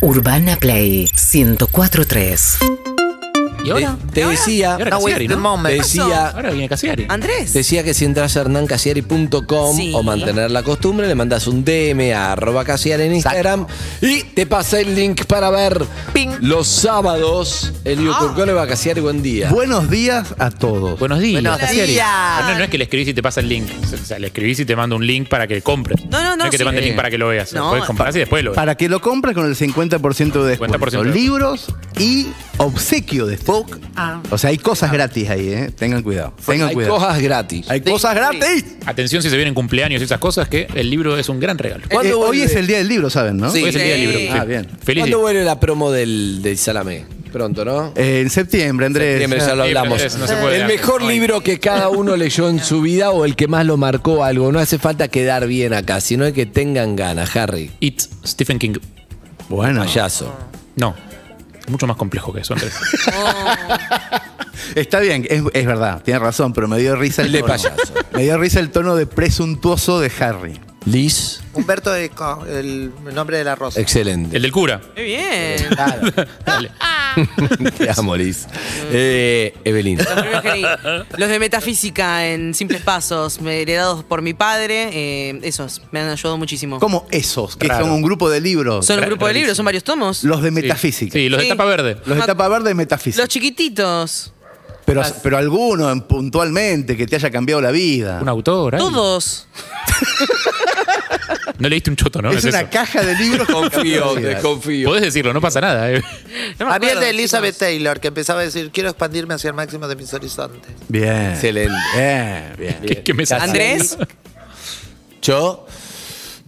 Urbana Play 1043. ¿Y ahora? Eh, Te, te decía, Y ahora Now wait Cassiari, the ¿no? moment. te decía, Ahora viene Casiari. Andrés. decía que si entras a hernancasiari.com Sí. o mantener la costumbre, le mandas un DM a arroba casiari en Instagram y te pasa el link para ver Ping. los sábados el Ah. YouTube. le va a Casiari, buen día. Buenos días a todos. Buenos días. Buenos Cassiari. días. Ah, No, no es que le escribís y te pasa el link. O sea, le escribís y te mando un link para que compres. No, no, no, es que sí. te mande el link para que lo veas. No. Lo puedes comprar y después lo ves. Para que lo compres con el 50% de descuento. 50% de- Libros y obsequio de Spock. O sea, hay cosas gratis ahí, ¿eh? Tengan cuidado. Tengan Hay cuidado. cosas gratis. Hay cosas gratis. Atención si se vienen cumpleaños y esas cosas, que el libro es un gran regalo. ¿Cuándo Eh, hoy vuelve? es el día del libro, ¿saben, no? Sí. Hoy es el día del libro. Sí. sí. Ah, bien. Feliz ¿Cuándo día. vuelve la promo del, del Salamé? Pronto, ¿no? Eh, en septiembre, Andrés. Septiembre, ya lo Sí, hablamos. pero es- no se puede el hablar. mejor Hoy. libro que cada uno leyó en su vida o el que más lo marcó algo. No hace falta quedar bien acá, sino que tengan ganas, Harry. It, Stephen King. Bueno, Payaso. No. Mucho más complejo que eso, Andrés. está bien, es, es verdad, tienes razón, pero me dio risa el, El de tono. payaso. Me dio risa el tono de presuntuoso de Harry. Liz, Humberto Eco, el nombre de la rosa. excelente. el del cura. Muy bien. Dale. Te amo, Liz. Eh, Evelyn. Primero que leí. Los de metafísica en simples pasos, me- heredados por mi padre, eh, esos me han ayudado muchísimo. ¿Cómo esos? Que Raro. son un grupo de libros. Son un grupo de libros, son varios tomos. Los de metafísica. Sí, los Sí. de tapa verde. Los de No- tapa verde de metafísica. Los chiquititos, Pero, pero alguno en- puntualmente que te haya cambiado la vida. Un autor. ay. todos. No leíste un choto, ¿no? es, una eso. caja de libros. con Confío, desconfío. Podés decirlo, no pasa nada. eh. No me Había el acuerdo, de Elizabeth chicos. Taylor que empezaba a decir, quiero expandirme hacia el máximo de mis horizontes. Bien. Excelente. Bien, bien. ¿Qué, qué me sacás? Andrés, Yo.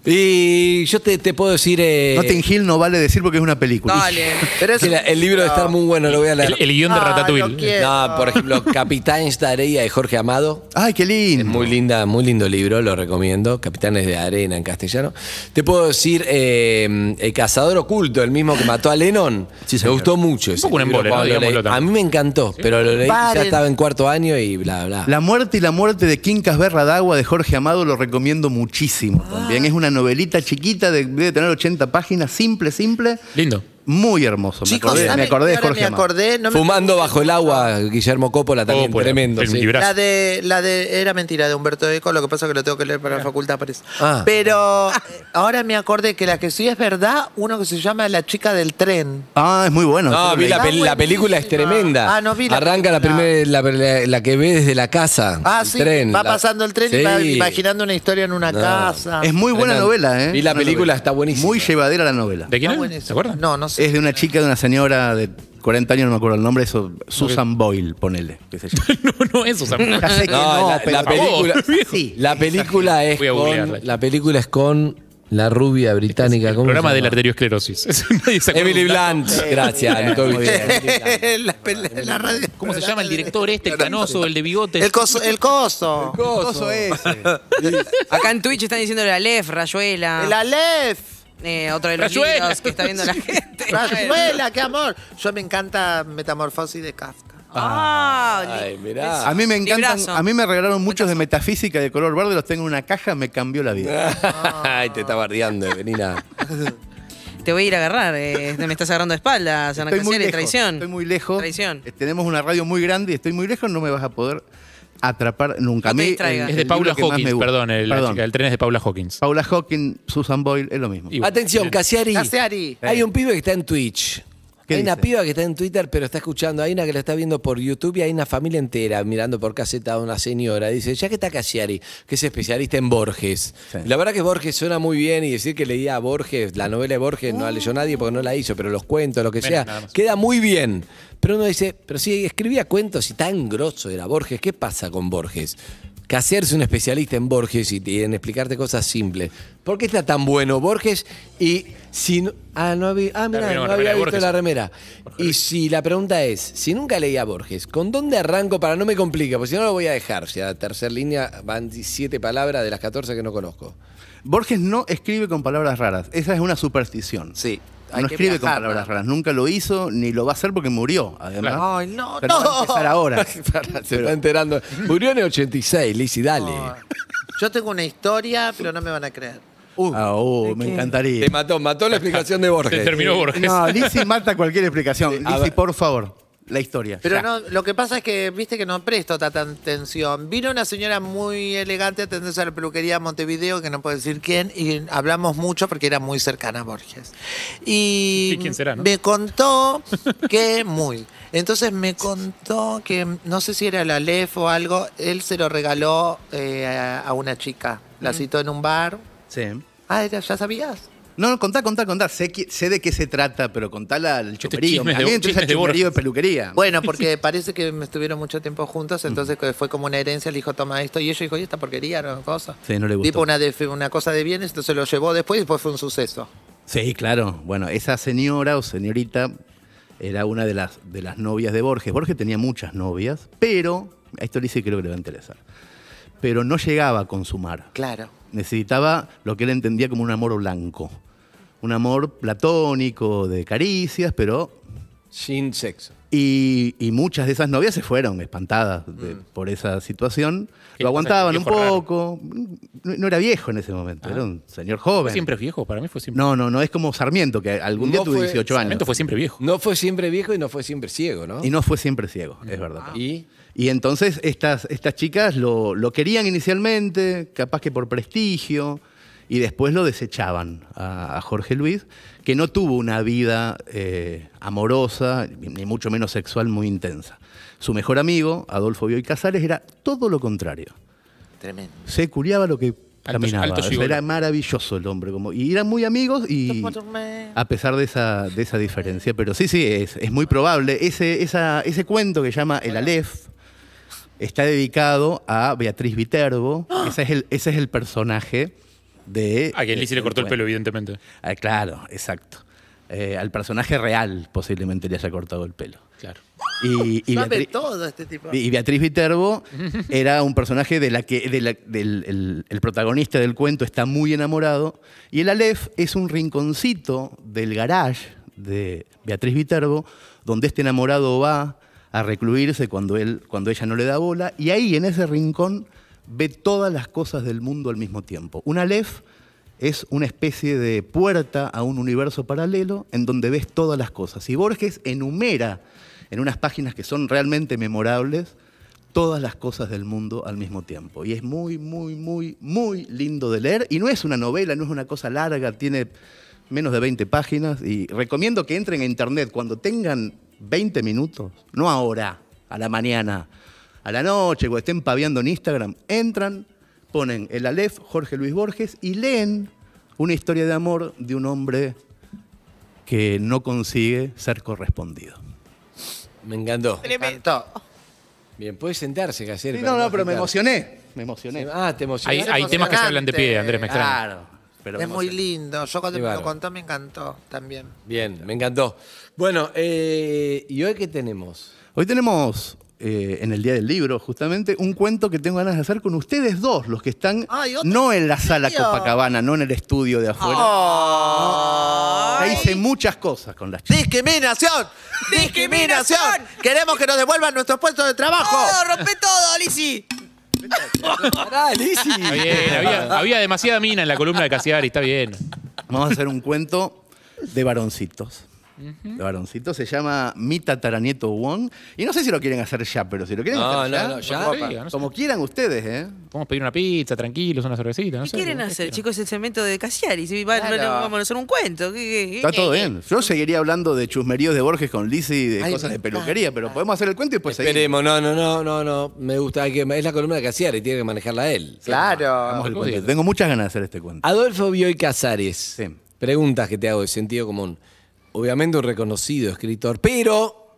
Y yo te, te puedo decir. eh, Notting Hill no vale decir porque es una película. dale. Pero es que la- el libro de estar muy bueno, lo voy a El, leer. el guión de Ay, Ratatouille. lo quiero. No, por ejemplo, Capitanes de Arena de Jorge Amado. Ay, qué lindo. Muy linda, muy lindo libro, lo recomiendo. Capitanes de Arena en castellano. Te puedo decir, eh, El Cazador Oculto, el mismo que mató a Lennon. me gustó mucho. ese poco un libro embole, cuando ¿no? lo leí. Digámoslo A también. mí me encantó, pero lo leí, ya Paren. estaba en cuarto año y bla, bla. La muerte y la muerte de Quincas Berradagua de Jorge Amado lo recomiendo muchísimo también. Es una novelita chiquita, de, debe tener 80 páginas, simple, simple. Lindo. Muy hermoso. Me Chicos, acordé, me ¿saben acordé qué de ahora Jorge me Amado. acordé, no me- Fumando bajo el agua, Guillermo Coppola también, Coppola, tremendo. el sí. librazo. La de, la de, era mentira de Humberto Eco, lo que pasa es que lo tengo que leer para la facultad, parece. Ah. Pero eh, ahora me acordé que la que sí es verdad, uno que se llama La chica del tren. Ah, es muy bueno. No, Yo lo vi la, leí. Está peli- la película es buenísima. tremenda. Ah, no vi la Arranca la, película. primera, la, la- la que ve desde la casa. Ah, el sí, tren, va la- pasando el tren Sí. y va imaginando una historia en una No. casa. Es muy buena Tremendo. novela, ¿eh? Y la Una película novela. está buenísima. Muy llevadera la novela. ¿De quién es? Está Ah, buenísimo. ¿Se acuerdan? No, no sé. Es de una chica, de una señora de 40 años, no me acuerdo el nombre, eso, Susan Boyle, ponele. que se llama. No, no, eso, Samuel. Ya sé que No, la, pero- la por favor, película, viejo. Sí. la película es Voy a googlearla. con, la película es con la rubia británica. El ¿cómo se programa de la llama? arteriosclerosis. Nadie se acuerda Emily un dato. Blunt, gracias. Antonio. muy bien. Eh, la, pele- la radio. ¿Cómo se llama el director este, el canoso, el de bigote? El coso. El coso. Coso ese. Acá en Twitch están diciendo la Lef, Rayuela, El Aleph. eh, otro de los Rayuela. libros que está viendo la gente. Rayuela, qué amor. Yo me encanta Metamorfosis de Kafka. Ah, Ay, li- mirá. A mí me encantan, Librazo. a mí me regalaron muchos de metafísica de color verde, los tengo en una caja, me cambió la Ah, vida. Ay, te está bardeando, Evelina. te voy a ir a agarrar, eh, me estás agarrando de espaldas, Ana Estoy muy Cassiari, lejos. traición. Estoy muy lejos. Traición. Eh, Tenemos una radio muy grande y estoy muy lejos, no me vas a poder atrapar nunca. No A mí, te distraigas. el- Es de el libro Paula que más me Hawkins, gusta- perdón, el, la Perdón. chica del tren es de Paula Hawkins. Paula Hawkins, Susan Boyle, es lo mismo. Y bueno, Atención, Casiari. Casiari. Hay un pibe que está en Twitch. ¿Qué Hay una dice? piba que está en Twitter, pero está escuchando. Hay una que la está viendo por YouTube y hay una familia entera mirando por caseta a una señora. Dice, ya que está Casiari, que es especialista en Borges. Sí. La verdad que Borges suena muy bien y decir que leía a Borges, la novela de Borges, no la leyó nadie porque no la hizo, pero los cuentos, lo que Menos, nada sea, más. queda muy bien. Pero uno dice, pero si escribía cuentos y tan grosso era Borges, ¿qué pasa con Borges? Que hacerse un especialista en Borges y, y en explicarte cosas simples. ¿Por qué está tan bueno Borges? Y si no, ah, no había, ah, mirá, Terminó con no la remera había de visto Borges. la remera. Y si la pregunta es, si nunca leía a Borges, ¿con dónde arranco para no me complica? Porque si no lo voy a dejar. Si a la tercera línea van 17 palabras de las 14 que no conozco. Borges no escribe con palabras raras. Esa es una superstición. Sí. hay No que escribe con viajar, palabras ¿no? raras. Nunca lo hizo ni lo va a hacer porque murió, además. Claro. Ay, no, Pero va a no. empezar ahora. Se está enterando. Murió en el 86, Lizzy, dale. Yo tengo una historia, pero no me van a creer. Uh, ah, uh, me encantaría. Te mató, mató la explicación de Borges. Te terminó Borges. No, Lizzie mata cualquier explicación. a Lizzie, ver. por favor, la historia. Pero ya. no, lo que pasa es que, viste que no presto tanta atención. Vino una señora muy elegante a atenderse a la peluquería de Montevideo, que no puedo decir quién, y hablamos mucho porque era muy cercana a Borges. Y Sí, ¿quién será, no? me contó que, muy, entonces me contó que, no sé si era la LEF o algo, él se lo regaló eh, a a una chica. Mm. La citó en un bar. Sí. Ah, era- ¿ya sabías? No, no, contá, contá, contá. Sé, que- sé de qué se trata, pero contala al choperío. chismes a Este mí de- me interesa el chismes de Borges. choperío de peluquería. Bueno, porque parece que me estuvieron mucho tiempo juntos, entonces que fue como una herencia, le dijo, toma esto, y ella dijo, y esta porquería, no cosa. Sí, no le gustó. Tipo una, de- una cosa de bienes, entonces lo llevó después y después fue un suceso. Sí, claro. Bueno, esa señora o señorita era una de las, de las novias de Borges. Borges tenía muchas novias, pero, a esto Lizzie creo que le va a interesar, pero no llegaba a consumar. Claro. Necesitaba lo que él entendía como un amor blanco. Un amor platónico, de caricias, pero Sin sexo. Y, y muchas de esas novias se fueron espantadas de- por esa situación. Mm. ¿Qué Lo pasa? aguantaban un Viejo raro. poco. No, no era viejo en ese momento, era un señor joven. Fue siempre viejo, para mí fue siempre. No, no, no, es como Sarmiento, que algún día No tuvo fue- 18 años. Sarmiento fue siempre viejo. No fue siempre viejo y no fue siempre ciego, ¿no? Y no fue siempre ciego, Mm. es verdad. Ah. Y, Y- y entonces estas, estas chicas lo, lo querían inicialmente, capaz que por prestigio, y después lo desechaban a, a Jorge Luis, que no tuvo una vida eh, amorosa, ni mucho menos sexual, muy intensa. Su mejor amigo, Adolfo Bioy Casares, era todo lo contrario. Tremendo. Se curiaba lo que caminaba. alto O sea, gigolo. era maravilloso el hombre. Como, y eran muy amigos y... ah, A pesar de esa, de esa diferencia, pero sí, sí, es, es muy probable. Ese, esa- ese cuento que llama El Aleph está dedicado a Beatriz Viterbo. Ese es el, ese es el personaje de. A quien Lizzie le del cortó el pelo, cuento. evidentemente. Ah, claro, exacto. Eh, al personaje real posiblemente le haya cortado el pelo. Claro. Y, y Sabe Beatri- todo este tipo. y Beatriz Viterbo era un personaje de la que de la- del el, el protagonista del cuento está muy enamorado. Y el Aleph es un rinconcito del garage de Beatriz Viterbo, donde este enamorado va a recluirse cuando, él, cuando ella no le da bola. Y ahí, en ese rincón, ve todas las cosas del mundo al mismo tiempo. Un Aleph es una especie de puerta a un universo paralelo en donde ves todas las cosas. Y Borges enumera en unas páginas que son realmente memorables todas las cosas del mundo al mismo tiempo. Y es muy, muy, muy, muy lindo de leer. Y no es una novela, no es una cosa larga, tiene menos de 20 páginas. Y recomiendo que entren a internet cuando tengan 20 minutos, no ahora, a la mañana, a la noche, o estén paviando en Instagram, entran ponen el Aleph, Jorge Luis Borges, y leen una historia de amor de un hombre que no consigue ser correspondido. Me encantó. Tremendo. Bien, puedes sentarse, Gacier. no, no, pero me emocioné. Me emocioné. Ah, te Hay, emocionaste. hay temas que se hablan de pie, Andrés, me extraña. Claro. Pero Es muy lindo. Yo cuando Qué me lo bárbaro. contó me encantó también. Bien, me encantó. Bueno, eh, ¿y hoy qué tenemos? Hoy tenemos, eh, en el Día del Libro, justamente, un cuento que tengo ganas de hacer con ustedes dos, los que están Ay, otro. no en la sala ¿En serio? Copacabana, no en el estudio de afuera. Ya hice muchas cosas con las chicas. ¡Discriminación! ¡Discriminación! ¡Queremos que nos devuelvan nuestros puestos de trabajo! ¡Todo! Oh, ¡Rompe todo, Lizzy! ¡Pará, Lizzy! Está bien, había, había demasiada mina en la columna de Casiari, está bien. Vamos a hacer un cuento de varoncitos. De varoncitos. Se llama Mi tataranieto Wong. Y no sé si lo quieren hacer ya, pero si lo quieren No, hacer no, ya, no, ya. Sí, no sé. como quieran ustedes, ¿eh? Podemos pedir una pizza, tranquilos, una cervecita, no Este, ¿Qué sé. quieren lo que hacer, quieran. chicos? El cemento de Cassiari. Si va- Claro. no le- vamos a hacer un cuento. ¿Qué- qué- Está qué- todo bien. Yo seguiría hablando de chusmeríos de Borges con Lizzie y de Ay, cosas de me peluquería, pero podemos hacer el cuento y después Pues seguimos. Esperemos, no, no, no, no, no. Me gusta, hay que, es la columna de Gacier y tiene que manejarla él. Claro. Hagamos el cuento. Tengo muchas ganas de hacer este cuento. Adolfo Bioy Casares. Sí. Preguntas que te hago de sentido común. Obviamente un reconocido escritor, pero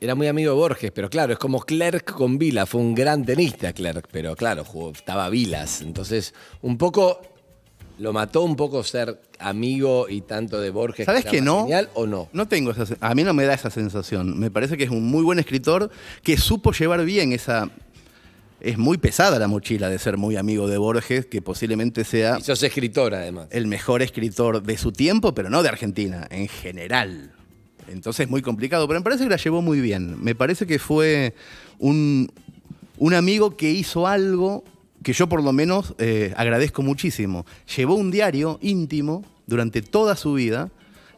era muy amigo de Borges, pero claro, es como Clerk con Vilas. Fue un gran tenista Clerk, pero claro, jugó- estaba Vilas. Entonces, un poco lo mató un poco ser amigo y tanto de Borges. ¿Sabes era que más no? genial, o no? No tengo esa sen- a mí no me da esa sensación. Me parece que es un muy buen escritor que supo llevar bien esa es muy pesada la mochila de ser muy amigo de Borges, que posiblemente sea Y sos escritor, además. el mejor escritor de su tiempo, pero no de Argentina, en general. Entonces muy complicado, pero me parece que la llevó muy bien. Me parece que fue un, un amigo que hizo algo que yo por lo menos eh, agradezco muchísimo. Llevó un diario íntimo durante toda su vida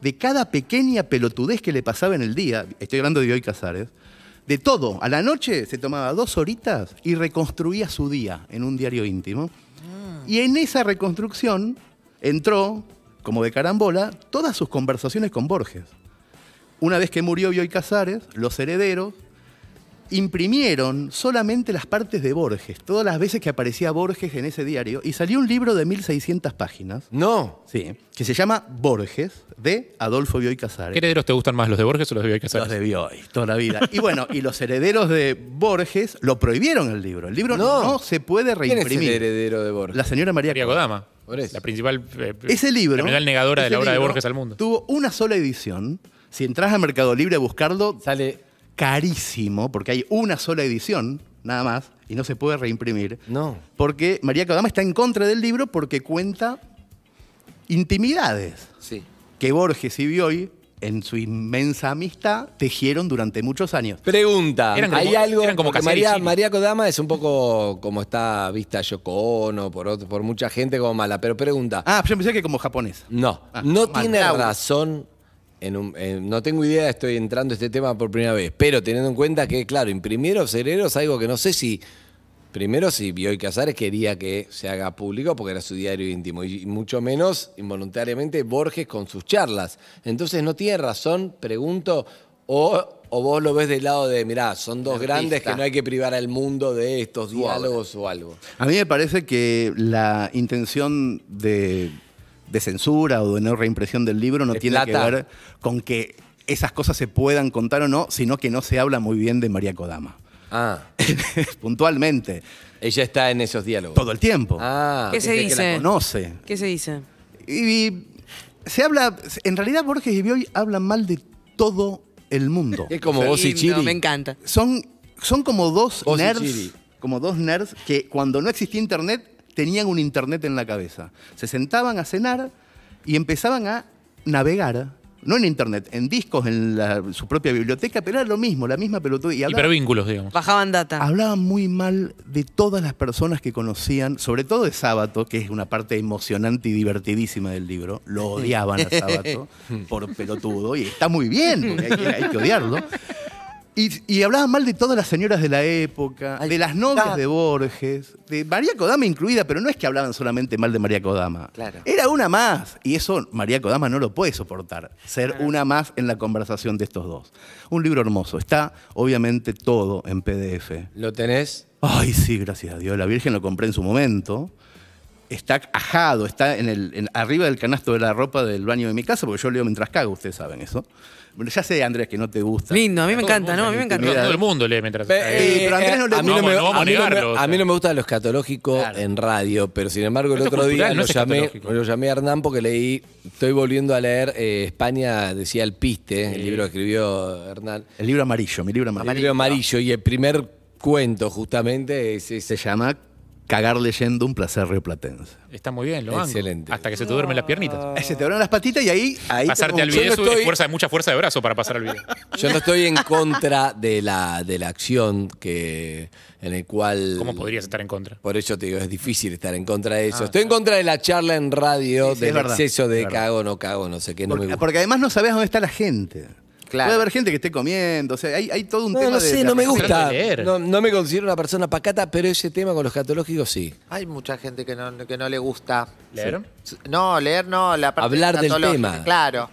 de cada pequeña pelotudez que le pasaba en el día, estoy hablando de Bioy Casares, de todo. A la noche se tomaba dos horitas y reconstruía su día en un diario íntimo. Y en esa reconstrucción entró, como de carambola, todas sus conversaciones con Borges. Una vez que murió Bioy Casares, los herederos imprimieron solamente las partes de Borges, todas las veces que aparecía Borges en ese diario, y salió un libro de 1600 páginas, No. sí, que se llama Borges, de Adolfo Bioy Casares. ¿Qué herederos te gustan más, los de Borges o los de Bioy Casares? Los de Bioy, toda la vida. Y bueno, y los herederos de Borges lo prohibieron el libro. El libro No. no, se puede ¿Quién es el reimprimir. heredero de Borges? La señora María María Codama. Kodama, Por eso. la principal. eh, Ese libro. La principal negadora de ese la obra de libro Borges al mundo. Tuvo una sola edición. Si entras a Mercado Libre a buscarlo, Sale. carísimo, porque hay una sola edición, nada más, y no se puede reimprimir. No. Porque María Kodama está en contra del libro porque cuenta intimidades Sí. que Borges y Bioy, en su inmensa amistad, tejieron durante muchos años. Pregunta. Eran como- Hay algo. eran como porque Cassiari María, Chini. María Kodama es un poco como está vista Yoko Ono por, otro- por mucha gente como mala. Pero pregunta. Ah, yo pensé que como japonés. No, Ah, no mal. tiene Laura. razón. En un- en- no tengo idea, estoy entrando a este tema por primera vez. Pero teniendo en cuenta que, claro, imprimir obreros algo que no sé si. Primero, si Bioy Casares quería que se haga público porque era su diario íntimo. Y, y mucho menos, involuntariamente, Borges con sus charlas. Entonces, no tiene razón, pregunto. O, o vos lo ves del lado de, mirá, son dos Artista. grandes que no hay que privar al mundo de estos Su obra. diálogos o algo. A mí me parece que la intención de, de censura o de no reimpresión del libro no De tiene plata. que ver con que esas cosas se puedan contar o no, sino que no se habla muy bien de María Kodama. Ah, Puntualmente, ella está en esos diálogos. todo el tiempo. Ah, ¿Qué se Desde Que dice? la conoce. ¿Qué se dice? Y se habla, en realidad Borges y Bioy hablan mal de todo el mundo. es como Qué vos y lindo, Chiri. Me encanta. Son, son como dos Vos y Chiri. nerds, como dos nerds que cuando no existía internet tenían un internet en la cabeza. Se sentaban a cenar y empezaban a navegar, no en internet, en discos, en la- su propia biblioteca, pero era lo mismo, la misma pelotudez. Y hablaban- Hipervínculos, digamos. Bajaban data. Hablaban muy mal de todas las personas que conocían, sobre todo de Sábato, que es una parte emocionante y divertidísima del libro. Lo odiaban a Sábato por pelotudo, y está muy bien, porque hay, que- hay que odiarlo. Y, y hablaban mal de todas las señoras de la época, de las novias de Borges, de María Kodama incluida, pero no es que hablaban solamente mal de María Kodama. Claro. Era una más, y eso María Kodama no lo puede soportar, ser una más en la conversación de estos dos. Un libro hermoso, está obviamente todo en PDF. ¿Lo tenés? Ay, sí, gracias a Dios. La Virgen lo compré en su momento. Está ajado, está en el, en- arriba del canasto de la ropa del baño de mi casa, porque yo leo mientras cago, ustedes saben eso. Bueno, ya sé, Andrés, que no te gusta. Lindo, a mí me Todo el encanta, mundo, ¿no? A mí me encanta. intimidad. Todo el mundo lee mientras. eh, pero a Andrés no le- a mí no Vamos, me- Ah, no vamos a a mí no negarlo, o me- sea. a mí no me gusta lo escatológico Claro. en radio, pero sin embargo el Esto es otro día cultural, no lo es llamé, escatológico. lo llamé a Hernán porque leí, estoy volviendo a leer eh, España, decía el piste, el libro que escribió Hernán, El libro amarillo, mi libro amarillo. el libro amarillo, y el primer cuento justamente es ese. Se llama Cagar leyendo un placer rioplatense. Está muy bien, lo banco. Excelente. Hasta que se te duermen las piernitas. Se te abren las patitas y ahí... ahí te Ah. Pasarte al como- video es Yo no estoy- fuerza- mucha fuerza de brazo para pasar al video. Yo no estoy en contra de la, de la acción que, en el cual... ¿Cómo podrías estar en contra? Por eso te digo, es difícil estar en contra de eso. Estoy en contra de la charla en radio, Ah, Sí, sí, del es verdad, exceso de es verdad. cago, no cago, no sé qué, no me Porque, gusta. porque además no sabes dónde está la gente. Claro. Puede haber gente que esté comiendo, o sea, hay, hay todo un No, tema no de- sé, de no me aprender. gusta. Trato de leer. No, no me considero una persona pacata, pero ese tema con los catológicos sí. Hay mucha gente que no, que no le gusta. ¿Leer? No, leer no, la parte Hablar del escatológica, tema. Claro.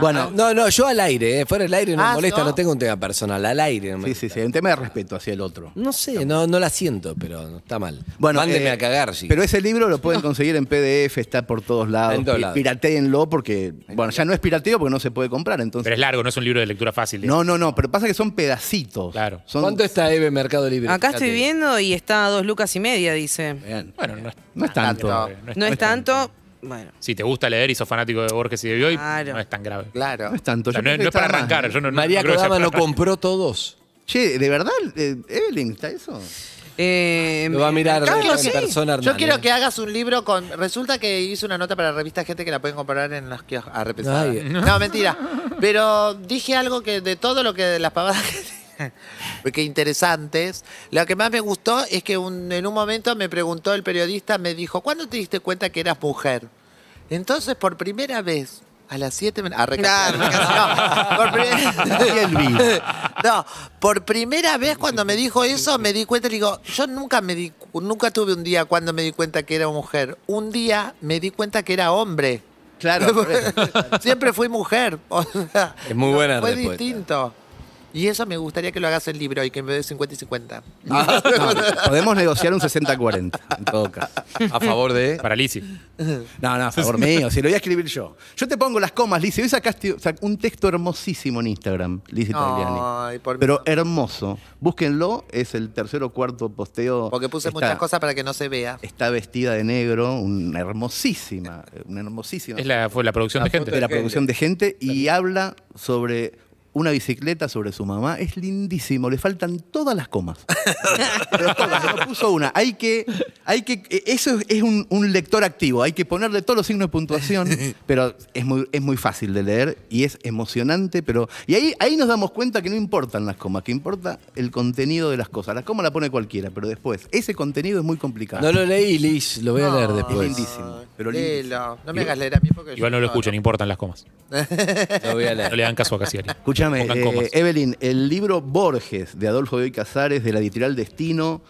Bueno, no, no, yo al aire, eh, fuera del aire no me Ah, molesta, no. no. tengo un tema personal, al aire. No, me- Sí, sí, sí, hay un tema de respeto hacia el otro. no sé, no, no la siento, pero no está mal. Bueno, Mándeme eh, a cagar, sí. Pero ese libro lo pueden conseguir en PDF, está por todos lados. En todos Pi- lados. Piratéenlo porque, bueno, ya no es pirateo porque no se puede comprar, Pero entonces. es largo, no es un libro de lectura fácil. digamos. No, no, no, pero pasa que son pedacitos. Claro. Son- ¿Cuánto está Eve Mercado Libre? Acá Fíjate. estoy viendo y está a dos lucas y media, dice. Vean, Bueno, no es, No es tanto. grave, no es- No es tanto. Bueno. Si te gusta leer y sos fanático de Borges y de Bioy, Claro. no es tan grave. Claro. No es tanto. O sea, yo no, es- pensé no que es para estaba más. arrancar. yo no- no María creo que sea Kodama para no arrancar. compró todos. Che, ¿de verdad, eh, Evelyn, está eso? Eh, Lo va a mirar Mercado, en sí. persona. Hernán, Yo quiero eh. que hagas un libro con. Resulta que hice una nota para la revista Gente que la pueden comprar en los kioscos. Ah, repensada. Ay. No, mentira. Pero dije algo que de todo lo que de las pavadas que porque interesantes. Lo que más me gustó es que un- en un momento me preguntó el periodista, me dijo, ¿cuándo te diste cuenta que eras mujer? Entonces, por primera vez, a las 7... A recalcar, Claro. recalcar, no, por pri- Y el vi. no, por primera vez cuando me dijo eso, me di cuenta y digo, yo nunca me di, cu- nunca tuve un día cuando me di cuenta que era mujer. Un día me di cuenta que era hombre. Claro, por eso. Siempre fui mujer. o sea, Es muy buena Fue respuesta. distinto. Y eso me gustaría que lo hagas el libro y que me des 50 y 50. Ah, no, podemos negociar un 60-40, en todo caso. A favor de. Para Lizzy. No, no, a favor mío, si lo voy a escribir yo. Yo te pongo las comas, Lizzie. Hoy sacaste o sea, un texto hermosísimo en Instagram, Lizzie Tagliani. Ay, por mi Pero madre. hermoso. Búsquenlo, es el tercer o cuarto posteo. Porque puse eh, Está- muchas cosas para que no se vea. Está vestida de negro, una hermosísima, una hermosísima Es la, fue la producción de gente. de la producción de gente y habla sobre una bicicleta, sobre su mamá. Es lindísimo, le faltan todas las comas. Pero todas, no puso una. Hay que, hay que, e, eso es- es un, un lector activo, hay que ponerle todos los signos de puntuación, pero es muy, es muy fácil de leer y es emocionante, pero. Y ahí, ahí nos damos cuenta que no importan las comas, que importa el contenido de las cosas. Las comas la pone cualquiera, pero después, ese contenido es muy complicado. No lo leí, Liz, lo voy a leer Es después. lindísimo. Pero Léelo. No me hagas leer a mí porque Igual no lo escucho, no importan las comas. Lo voy a No leer. le dan caso a Casiari. Escúchame, Pongan eh, comas. Evelyn, el libro Borges de Adolfo Bioy Casares de la editorial Destino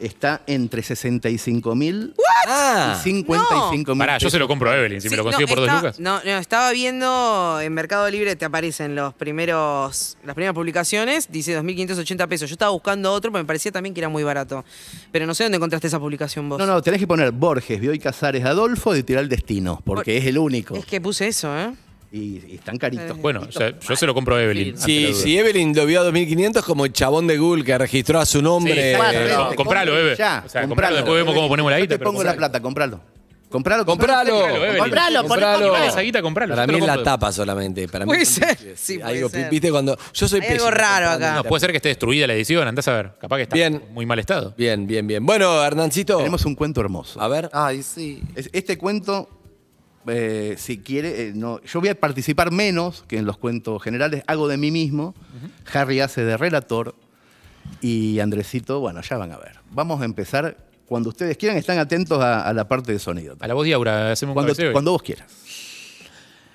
está entre 65 mil Ah, y 55 mil. Pará, yo se lo compro a Evelyn, si me Sí, lo consigo por dos estaba- lucas. No, no, estaba viendo en Mercado Libre, te aparecen los primeros, las primeras publicaciones, dice 2.580 pesos. Yo estaba buscando otro, pero me parecía también que era muy barato. Pero no sé dónde encontraste esa publicación vos. No, no, tenés que poner Borges, Bioy Casares, Adolfo, editorial Destino, porque es el único. Es que puse eso, ¿eh? Y, y están caritos. Bueno, o sea, yo se lo compro a Evelyn. ante la si, duda. si Evelyn lo vio a 2500 como el chabón de Google que registró a su Sí, nombre. eh, sí, Cuatro, eh, no, este, compralo, compre Eve. O Ya, sea, compralo, compralo. después vemos cómo ponemos la Yo guita, Te pero pongo la compralo. plata, compralo. Compralo, Compralo. Compralo, Evelyn. Compralo, poné compralo. Esa guita, compralo. Para Yo te mí lo es la compro. tapa solamente. Para mí Puede es un ser, chiste. sí, Hay puede algo- ser. Viste cuando yo soy Hay algo pésimo raro comprando acá. No, puede ser que esté destruida la edición, andás a ver. Capaz que está Bien. en muy mal estado. Bien, bien, bien. Bueno, Hernancito. Tenemos un cuento hermoso. A ver. Ay, sí. Es- Este cuento, eh, si quiere, eh, no, yo voy a participar menos que en los cuentos generales. Hago de mí mismo. Harry hace de relator. Y Andresito, bueno, ya van a ver. Vamos a empezar cuando ustedes quieran. Están atentos a, a la parte de sonido. A la voz de Aura, hacemos un Cuando, cabeceo. cuando vos quieras.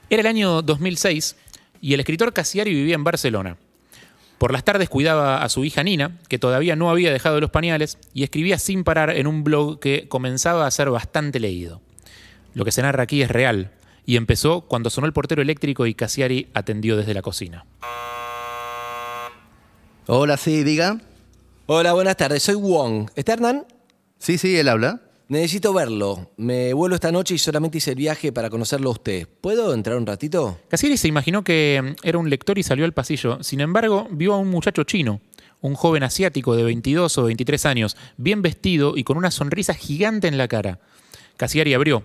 Era el año 2006 y el escritor Cassiari vivía en Barcelona. Por las tardes cuidaba a su hija Nina, que todavía no había dejado los pañales, y escribía sin parar en un blog que comenzaba a ser bastante leído. Lo que se narra aquí es real, y empezó cuando sonó el portero eléctrico y Cassiari atendió desde la cocina. Hola, sí, diga. Hola, buenas tardes. Soy Wong. ¿Está Hernán? Sí, sí, él habla. Necesito verlo. Me vuelo esta noche y solamente hice el viaje para conocerlo a usted. ¿Puedo entrar un ratito? Cassiari se imaginó que mm, era un lector y salió al pasillo. Sin embargo, vio a un muchacho chino, un joven asiático de 22 o 23 años, bien vestido y con una sonrisa gigante en la cara. Cassiari abrió.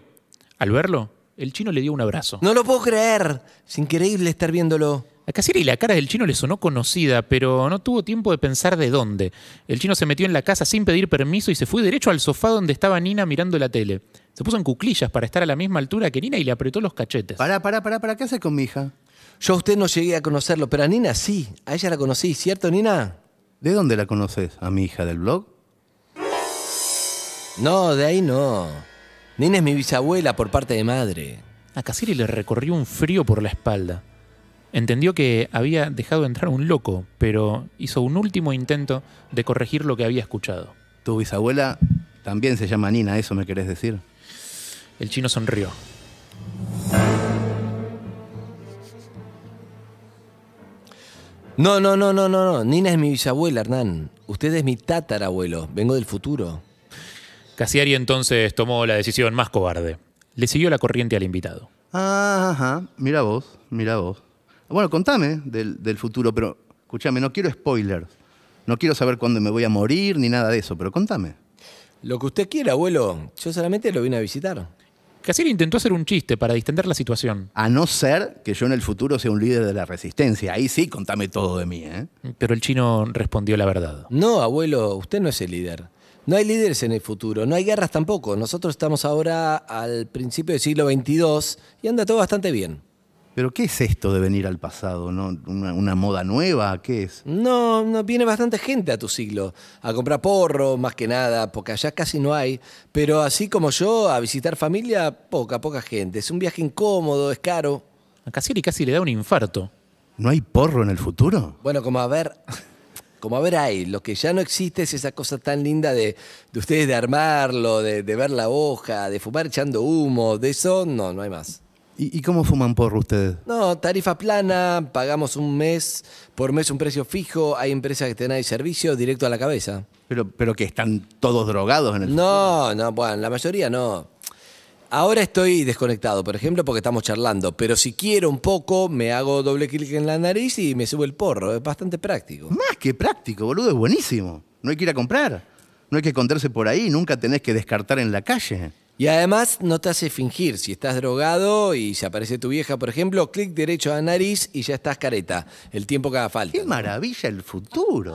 Al verlo, el chino le dio un abrazo. No lo puedo creer. Es increíble estar viéndolo. A Cassiari la cara del chino le sonó conocida, pero no tuvo tiempo de pensar de dónde. El chino se metió en la casa sin pedir permiso y se fue derecho al sofá donde estaba Nina mirando la tele. Se puso en cuclillas para estar a la misma altura que Nina y le apretó los cachetes. Pará, pará, pará, pará. ¿Qué haces con mi hija? Yo a usted no llegué a conocerlo, pero a Nina sí. A ella la conocí, ¿cierto, Nina? ¿De dónde la conoces? ¿A mi hija del blog? No, de ahí no. Nina es mi bisabuela por parte de madre. A Cassiari le recorrió un frío por la espalda. Entendió que había dejado entrar un loco, pero hizo un último intento de corregir lo que había escuchado. Tu bisabuela también se llama Nina, ¿eso me querés decir? El chino sonrió. No, no, no, no, no, no. Nina es mi bisabuela, Hernán. Usted es mi tatarabuelo. Vengo del futuro. Cassiari entonces tomó la decisión más cobarde. Le siguió la corriente al invitado. Ah, ajá, mira vos, mira vos. Bueno, contame del, del futuro, pero escúchame, no quiero spoilers. No quiero saber cuándo me voy a morir ni nada de eso, pero contame. Lo que usted quiera, abuelo. Yo solamente lo vine a visitar. Cassiari intentó hacer un chiste para distender la situación, A no ser que yo en el futuro sea un líder de la resistencia. Ahí sí, contame todo de mí, ¿eh? pero el chino respondió la verdad. No, abuelo, usted no es el líder. No hay líderes en el futuro, no hay guerras tampoco. Nosotros estamos ahora al principio del siglo XXII y anda todo bastante bien. Pero ¿qué es esto de venir al pasado? ¿No? ¿Una, una moda nueva? ¿Qué es? No, no, viene bastante gente a tu siglo, a comprar porro, más que nada, porque allá casi no hay. Pero así como yo, a visitar familia, poca, poca gente. Es un viaje incómodo, es caro. A Cassieri casi le da un infarto. ¿No hay porro en el futuro? Bueno, como a ver, como a ver ahí, lo que ya no existe es esa cosa tan linda de, de ustedes de armarlo, de, de ver la hoja, de fumar echando humo, de eso, no, no hay más. ¿Y, y cómo fuman porro ustedes? No, tarifa plana, pagamos un mes, por mes un precio fijo, hay empresas que te dan el servicio directo a la cabeza. Pero, pero que están todos drogados en el No, no, bueno, la mayoría no. Ahora estoy desconectado, por ejemplo, porque estamos charlando, pero si quiero un poco, me hago doble clic en la nariz y me subo el porro, es bastante práctico. Más que práctico, boludo, es buenísimo. No hay que ir a comprar. No hay que esconderse por ahí, nunca tenés que descartar en la calle. Y además no te hace fingir, si estás drogado y se aparece tu vieja, por ejemplo, clic derecho a la nariz y ya estás careta, el tiempo que haga falta. ¡Qué maravilla el futuro!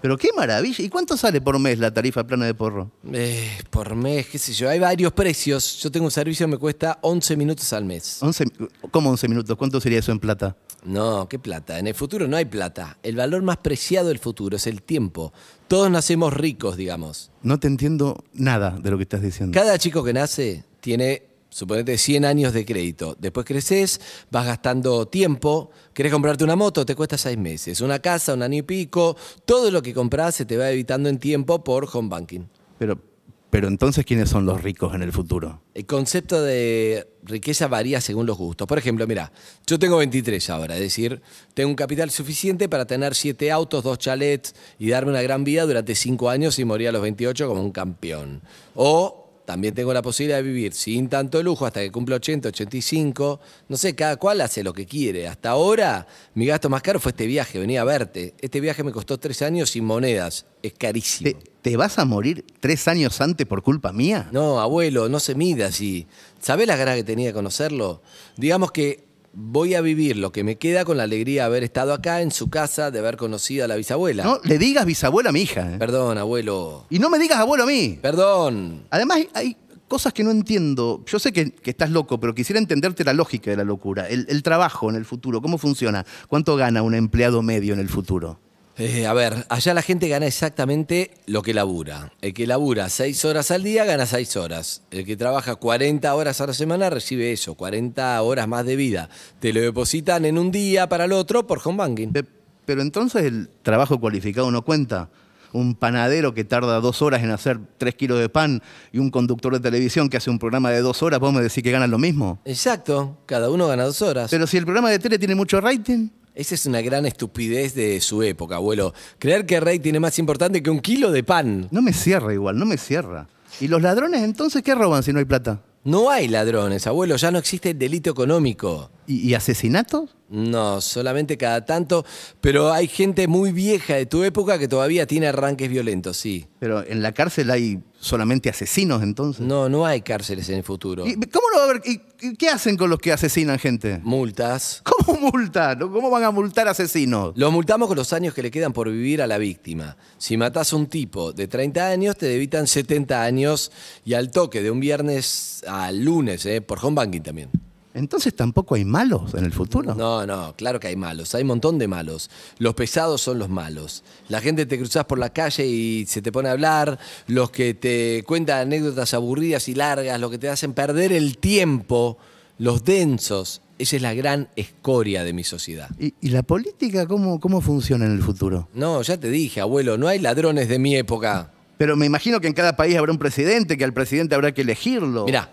Pero qué maravilla. ¿Y cuánto sale por mes la tarifa plana de porro? Eh, por mes, qué sé yo, hay varios precios. Yo tengo un servicio que me cuesta 11 minutos al mes. 11, ¿Cómo 11 minutos? ¿Cuánto sería eso en plata? No, qué plata. En el futuro no hay plata. El valor más preciado del futuro es el tiempo. Todos nacemos ricos, digamos. No te entiendo nada de lo que estás diciendo. Cada chico que nace tiene, suponete, 100 años de crédito. Después creces, vas gastando tiempo. ¿Querés comprarte una moto? Te cuesta 6 meses. Una casa, un año y pico. Todo lo que compras se te va evitando en tiempo por home banking. Pero, pero entonces, ¿quiénes son los ricos en el futuro? El concepto de riqueza varía según los gustos. Por ejemplo, mira, yo tengo 23 ahora, es decir, tengo un capital suficiente para tener 7 autos, 2 chalets y darme una gran vida durante 5 años y morir a los 28 como un campeón. O también tengo la posibilidad de vivir sin tanto lujo hasta que cumpla 80, 85. No sé, cada cual hace lo que quiere. Hasta ahora, mi gasto más caro fue este viaje, venía a verte. Este viaje me costó 3 años sin monedas. Es carísimo. ¿Te, te vas a morir tres años antes por culpa mía? No, abuelo, no se mida así. ¿Sabés las ganas que tenía de conocerlo? Digamos que voy a vivir lo que me queda con la alegría de haber estado acá en su casa, de haber conocido a la bisabuela. No le digas bisabuela a mi hija. ¿eh? Perdón, abuelo. Y no me digas abuelo a mí. Perdón. Además, hay- hay cosas que no entiendo. Yo sé que, que estás loco, pero quisiera entenderte la lógica de la locura. El, el trabajo en el futuro, ¿cómo funciona? ¿Cuánto gana un empleado medio en el futuro? Eh, a ver, allá la gente gana exactamente lo que labura. El que labura seis horas al día gana seis horas. El que trabaja 40 horas a la semana recibe eso, 40 horas más de vida. Te lo depositan en un día para el otro por home banking. Pe- Pero entonces el trabajo cualificado no cuenta. Un panadero que tarda dos horas en hacer tres kilos de pan y un conductor de televisión que hace un programa de dos horas, vos me decís que ganan lo mismo. Exacto, cada uno gana dos horas. Pero si el programa de tele tiene mucho rating, Esa es una gran estupidez de su época, abuelo. Creer que Rey tiene más importante que un kilo de pan. no me cierra igual, no me cierra. ¿Y los ladrones entonces qué roban si no hay plata? No hay ladrones, abuelo, ya no existe el delito económico. ¿Y, y asesinatos? No, solamente cada tanto, pero hay gente muy vieja de tu época que todavía tiene arranques violentos, sí. Pero en la cárcel hay solamente asesinos entonces. No, no hay cárceles en el futuro. ¿Y ¿Cómo no va a haber? y- y ¿Qué hacen con los que asesinan gente? Multas. ¿Cómo multan? ¿Cómo van a multar asesinos? Los multamos con los años que le quedan por vivir a la víctima. Si matás a un tipo de 30 años, te debitan 70 años y al toque de un viernes al lunes, eh, por home banking también. Entonces tampoco hay malos en el futuro. No, no, claro que hay malos, hay un montón de malos. Los pesados son los malos. La gente te cruzas por la calle y se te pone a hablar, los que te cuentan anécdotas aburridas y largas, los que te hacen perder el tiempo, los densos. Esa es la gran escoria de mi sociedad. ¿Y, y la política cómo, cómo funciona en el futuro? No, ya te dije, abuelo, no hay ladrones de mi época. Pero me imagino que en cada país habrá un presidente, que al presidente habrá que elegirlo. Mirá,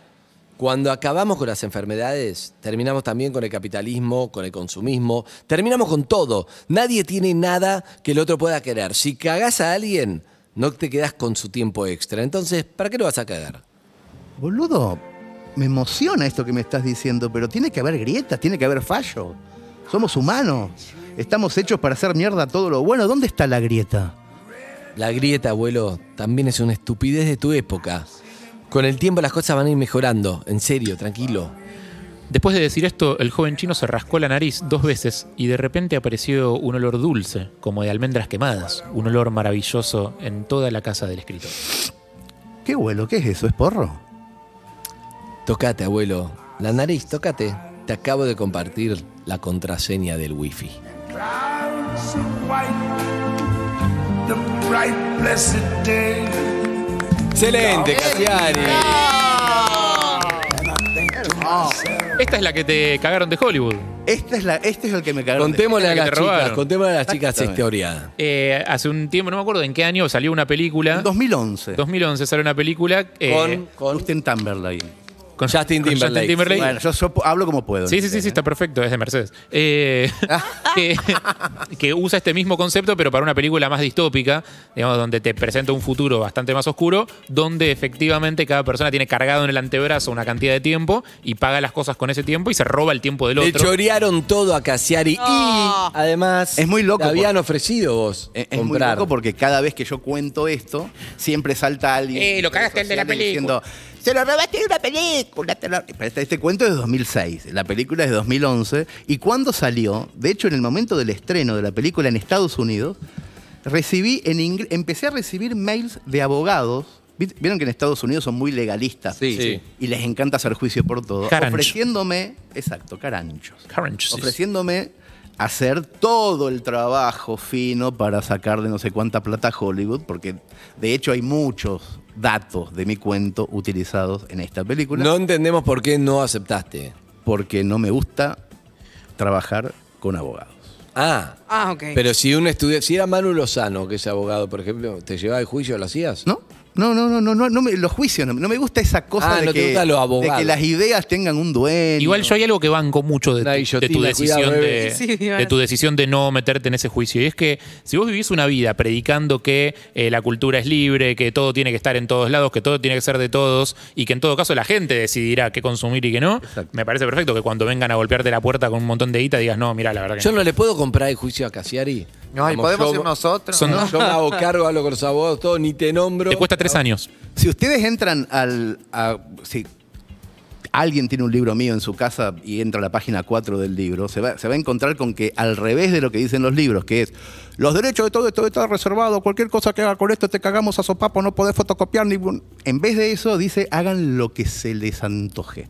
cuando acabamos con las enfermedades, terminamos también con el capitalismo, con el consumismo, terminamos con todo. Nadie tiene nada que el otro pueda querer. Si cagás a alguien, no te quedás con su tiempo extra. Entonces, ¿para qué lo vas a cagar? Boludo, me emociona esto que me estás diciendo, pero tiene que haber grietas, tiene que haber fallo. Somos humanos. Estamos hechos para hacer mierda todo lo bueno. ¿Dónde está la grieta? La grieta, abuelo, también es una estupidez de tu época. Con el tiempo las cosas van a ir mejorando. En serio, tranquilo. Después de decir esto, el joven chino se rascó la nariz dos veces y de repente apareció un olor dulce, como de almendras quemadas, un olor maravilloso en toda la casa del escritor. ¿Qué vuelo? ¿Qué es eso? ¿Es porro? Tocate, abuelo. La nariz, tocate. Te acabo de compartir la contraseña del wifi. Clouds of white, the bright blessed day, Excelente, Cassiani. and I think to myself, Esta es la que te cagaron de Hollywood. Esta es la, este es el que me cagaron. de- Contémosle a que las te robaron. chicas, contémosle a las chicas este esta Exactamente. historia. Eh, hace un tiempo, no me acuerdo en qué año, salió una película. 2011. 2011 salió una película eh, Con, Con con Justin Timberlake. con- Justin con Timberlake. Bueno, yo, yo hablo como puedo. Sí, sí, sí, sí, está perfecto, es de Mercedes. Eh, que, que usa este mismo concepto, pero para una película más distópica, digamos, donde te presenta un futuro bastante más oscuro, donde efectivamente cada persona tiene cargado en el antebrazo una cantidad de tiempo y paga las cosas con ese tiempo y se roba el tiempo del le otro. chorearon todo a Cassiari y además Es muy loco te habían porque- ofrecido vos Es, es muy comprar. loco porque cada vez que yo cuento esto, siempre salta alguien. Eh, lo cagaste en el de la redes sociales película. Diciendo, Se lo robaste de una película. te lo-". Pero Este, este cuento es de 2006, la película es de 2011. Y cuando salió, de hecho, en el momento del estreno de la película en Estados Unidos, recibí en ingl- empecé a recibir mails de abogados. Vi- Vieron que en Estados Unidos son muy legalistas Sí, sí. y les encanta hacer juicio por todo. Carancho. Ofreciéndome, exacto, caranchos Caranchos. ofreciéndome hacer todo el trabajo fino para sacar de no sé cuánta plata a Hollywood, porque de hecho hay muchos datos de mi cuento utilizados en esta película, No entendemos por qué no aceptaste. porque no me gusta trabajar con abogados. Ah, Ah, ok. pero si un estudiante, si era Manu Lozano, que es abogado, por ejemplo, ¿te llevaba el juicio, lo hacías? ¿No? No, no, no, no, no, no me, los juicios, no, no me gusta esa cosa Ah, de, no te que, gustan los de abogados. que las ideas tengan un dueño. Igual yo hay algo que banco mucho de, Una tu- de tu guillotina, decisión cuidado, de, bebé. Sí, iba a de tu decisión de no meterte en ese juicio. Y es que si vos vivís una vida predicando que eh, la cultura es libre, que todo tiene que estar en todos lados, que todo tiene que ser de todos y que en todo caso la gente decidirá qué consumir y qué no, me parece perfecto que cuando vengan a golpearte la puerta con un montón de guita digas, no, mira, la verdad que Yo no". no le puedo comprar el juicio a Cassiari. No, y Vamos, podemos yo- ir nosotros. Son- Yo me hago cargo, hablo con los abogados, todo, ni te nombro. Te cuesta tres años. Si ustedes entran al. a- si alguien tiene un libro mío en su casa y entra a la página 4 del libro, se va, se va a encontrar con que al revés de lo que dicen los libros, que es los derechos de todo esto está reservado, cualquier cosa que haga con esto te cagamos a sopapo, no podés fotocopiar ningún. En vez de eso, dice hagan lo que se les antoje.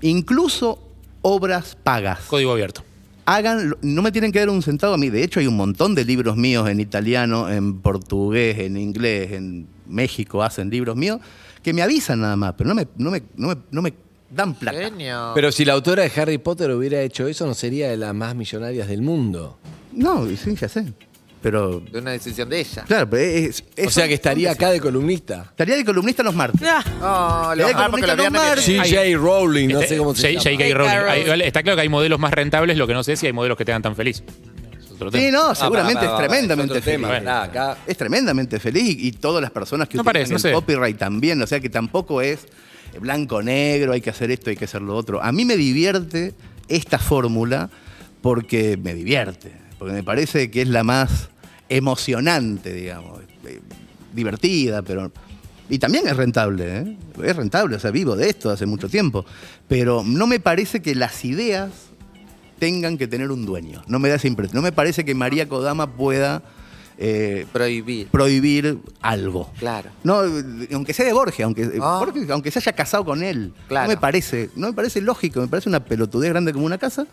Incluso obras pagas Código abierto. hagan, no me tienen que dar un centavo a mí. De hecho, hay un montón de libros míos en italiano, en portugués, en inglés, en México hacen libros míos, que me avisan nada más, pero no me, no me, no me, no me dan plata. Genio. Pero si la autora de Harry Potter hubiera hecho eso, no sería de las más millonarias del mundo. No, sí, ya sé. Pero, De una decisión de ella. claro, pero es, es- o sea que estaría acá de columnista. Estaría de columnista los martes. Ah, No, Le lo da ah, porque columnista lo Don viernes Mar. que viene. J.J. Rowling, no Este, sé cómo se J- llama. J.K. J.K. Rowling. Rowling. Hay- igual está claro que hay modelos más rentables, lo que no sé si hay modelos que te hagan tan feliz. Es otro tema. Sí, no, seguramente Ah, va, va, va, es tremendamente otro tema. feliz. Ah, acá. Es tremendamente feliz y, y todas las personas que No utilizan parece, no el sé. copyright también, o sea que tampoco es blanco-negro, hay que hacer esto, hay que hacer lo otro. A mí me divierte esta fórmula porque me divierte, porque me parece que es la más emocionante, digamos, eh, divertida, pero... Y también es rentable, ¿eh? es rentable, o sea, vivo de esto hace mucho tiempo, pero no me parece que las ideas tengan que tener un dueño. No me da esa impresión. No me parece que María Kodama pueda eh, Prohibir. prohibir algo. Claro. No, eh, aunque sea de Borges, aunque, Ah. Borges, aunque se haya casado con él. No Claro. me parece, no me parece lógico, me parece una pelotudez grande como una casa.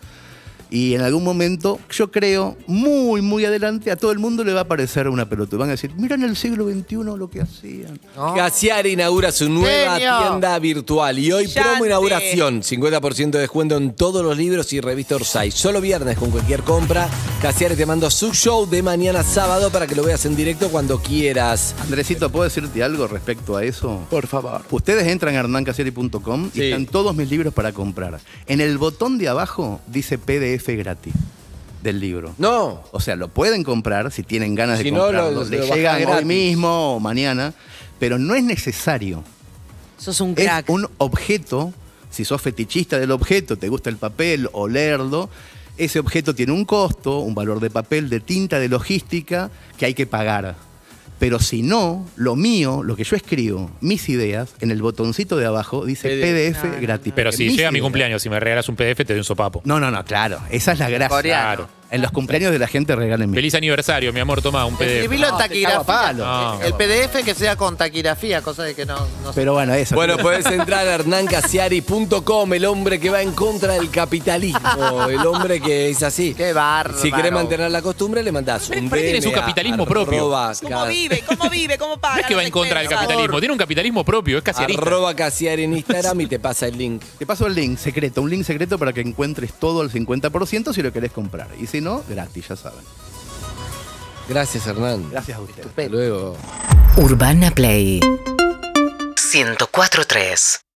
Y en algún momento, yo creo, muy, muy adelante, a todo el mundo le va a parecer una pelotudez. Van a decir, mira en el siglo XXI lo que hacían. No. Cassiari inaugura su nueva Genio. tienda virtual y hoy promo Yante. inauguración. 50% de descuento en todos los libros y revistas Orsay. Solo viernes con cualquier compra. Cassiari te mando su show de mañana sábado para que lo veas en directo cuando quieras. Andresito, ¿puedo decirte algo respecto a eso? Por favor. Ustedes entran a hernancasieri.com y Sí. están todos mis libros para comprar. En el botón de abajo dice PDF gratis del libro. No. O sea, lo pueden comprar si tienen ganas Si de no, lo- comprarlo. lo- Le lo bajan llegan hoy gratis. mismo o mañana, pero no es necesario. sos un Es crack. un objeto. Si sos fetichista del objeto, te gusta el papel o leerlo, ese objeto tiene un costo, un valor de papel, de tinta, de logística, que hay que pagar. Pero si no, lo mío, lo que yo escribo, mis ideas, en el botoncito de abajo dice PDF, gratis. Pero Porque si mis llega mi ideas- cumpleaños y me regalas un PDF, te doy un sopapo. No, no, no, claro. Esa es la gracia. Coreano. Claro. En los cumpleaños de la gente regalen Feliz aniversario, mi amor, toma un PDF. Escribilo en No, te cago taquigrafía. a palo. Eh, No. El PDF que sea con taquigrafía, cosa de que no, no Pero bueno, eso. Bueno, pues- podés entrar a hernancasiari.com, el hombre que va en contra del capitalismo, el hombre que es así. Qué bárbaro. Si querés mantener la costumbre, le mandás Pero un para mí tiene su DM a capitalismo propio. arroba ¿Cómo ca- vive? ¿Cómo vive? ¿Cómo paga? No es que va en contra del capitalismo, tiene un capitalismo propio, es casierista. Arroba Casiari en Instagram y te pasa el link. Te paso el link secreto, un link secreto para que encuentres todo el 50% si lo querés comprar. Y si no, gratis, ya saben. Gracias, Hernán. Gracias a ustedes. Hasta luego. Urbana Play 104.3